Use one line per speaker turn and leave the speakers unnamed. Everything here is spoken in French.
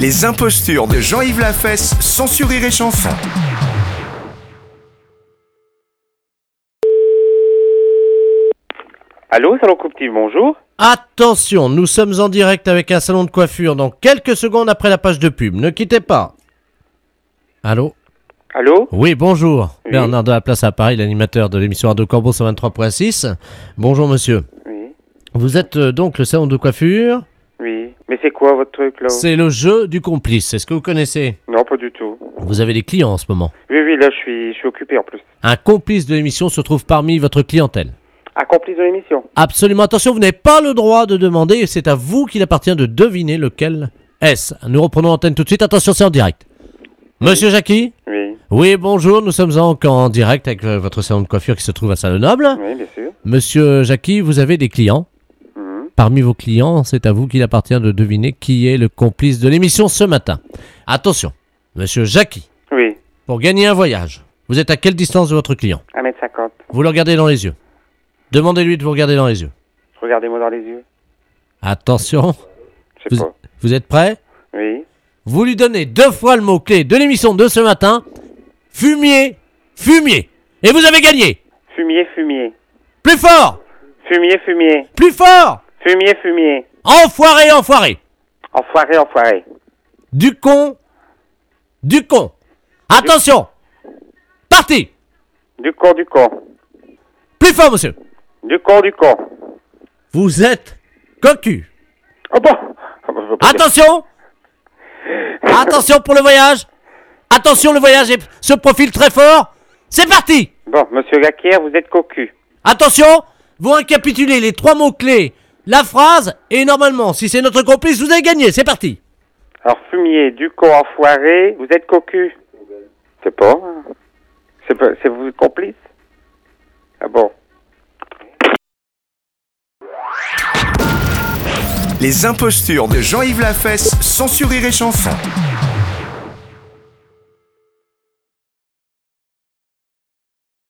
Les impostures de Jean-Yves Lafesse, sans sourire et chanson.
Allô, Salon Couptive, bonjour.
Attention, nous sommes en direct avec un salon de coiffure dans quelques secondes après la page de pub. Ne quittez pas. Allô
Allô
Oui, bonjour.
Oui.
Bernard de la Place à Paris, l'animateur de l'émission Radio Corbeau 123.6. Bonjour monsieur.
Oui,
Vous êtes euh, donc le salon de coiffure
oui. Mais c'est quoi votre truc là
C'est le jeu du complice, est-ce que vous connaissez
Non, pas du tout.
Vous avez des clients en ce moment.
Oui, oui, là je suis, je suis occupé en plus.
Un complice de l'émission se trouve parmi votre clientèle.
Ah, complice de l'émission.
Absolument. Attention, vous n'avez pas le droit de demander et c'est à vous qu'il appartient de deviner lequel est-ce. Nous reprenons l'antenne tout de suite. Attention, c'est en direct. Monsieur Jackie
Oui,
Oui, bonjour. Nous sommes encore en direct avec euh, votre salon de coiffure qui se trouve à Saint-Lenoble.
oui, bien sûr.
Monsieur Jackie, vous avez des clients.
Mhm.
Parmi vos clients, c'est à vous qu'il appartient de deviner qui est le complice de l'émission ce matin. Attention, monsieur Jackie,
Oui,
pour gagner un voyage, vous êtes à quelle distance de votre client
1m50.
Vous le regardez dans les yeux. Demandez-lui de vous regarder dans les yeux.
Regardez-moi dans les yeux.
Attention.
Je sais
Vous,
pas.
vous êtes prêts
Oui.
Vous lui donnez deux fois le mot-clé de l'émission de ce matin. Fumier, fumier. Et vous avez gagné.
Fumier, fumier.
Plus fort,
Fumier, fumier.
plus fort.
Fumier, fumier.
Enfoiré, enfoiré.
Enfoiré, enfoiré.
Du con, du con. Attention. Parti.
Du con, du con.
Plus fort, monsieur.
Du con, du con.
Vous êtes cocu.
Oh bon Ah, bah, je veux pas dire.
Attention. Attention pour le voyage. Attention, le voyage est- se profile très fort. C'est parti.
Bon, monsieur Gaquière, vous êtes cocu.
Attention, vous récapitulez les trois mots-clés, la phrase, et normalement, si c'est notre complice, vous avez gagné, c'est parti.
Alors, fumier, du con, enfoiré, vous êtes cocu. C'est pas. hein. C'est pas. C'est vous complice Ah bon
Les impostures de Jean-Yves Lafesse, sans sourire et chanson.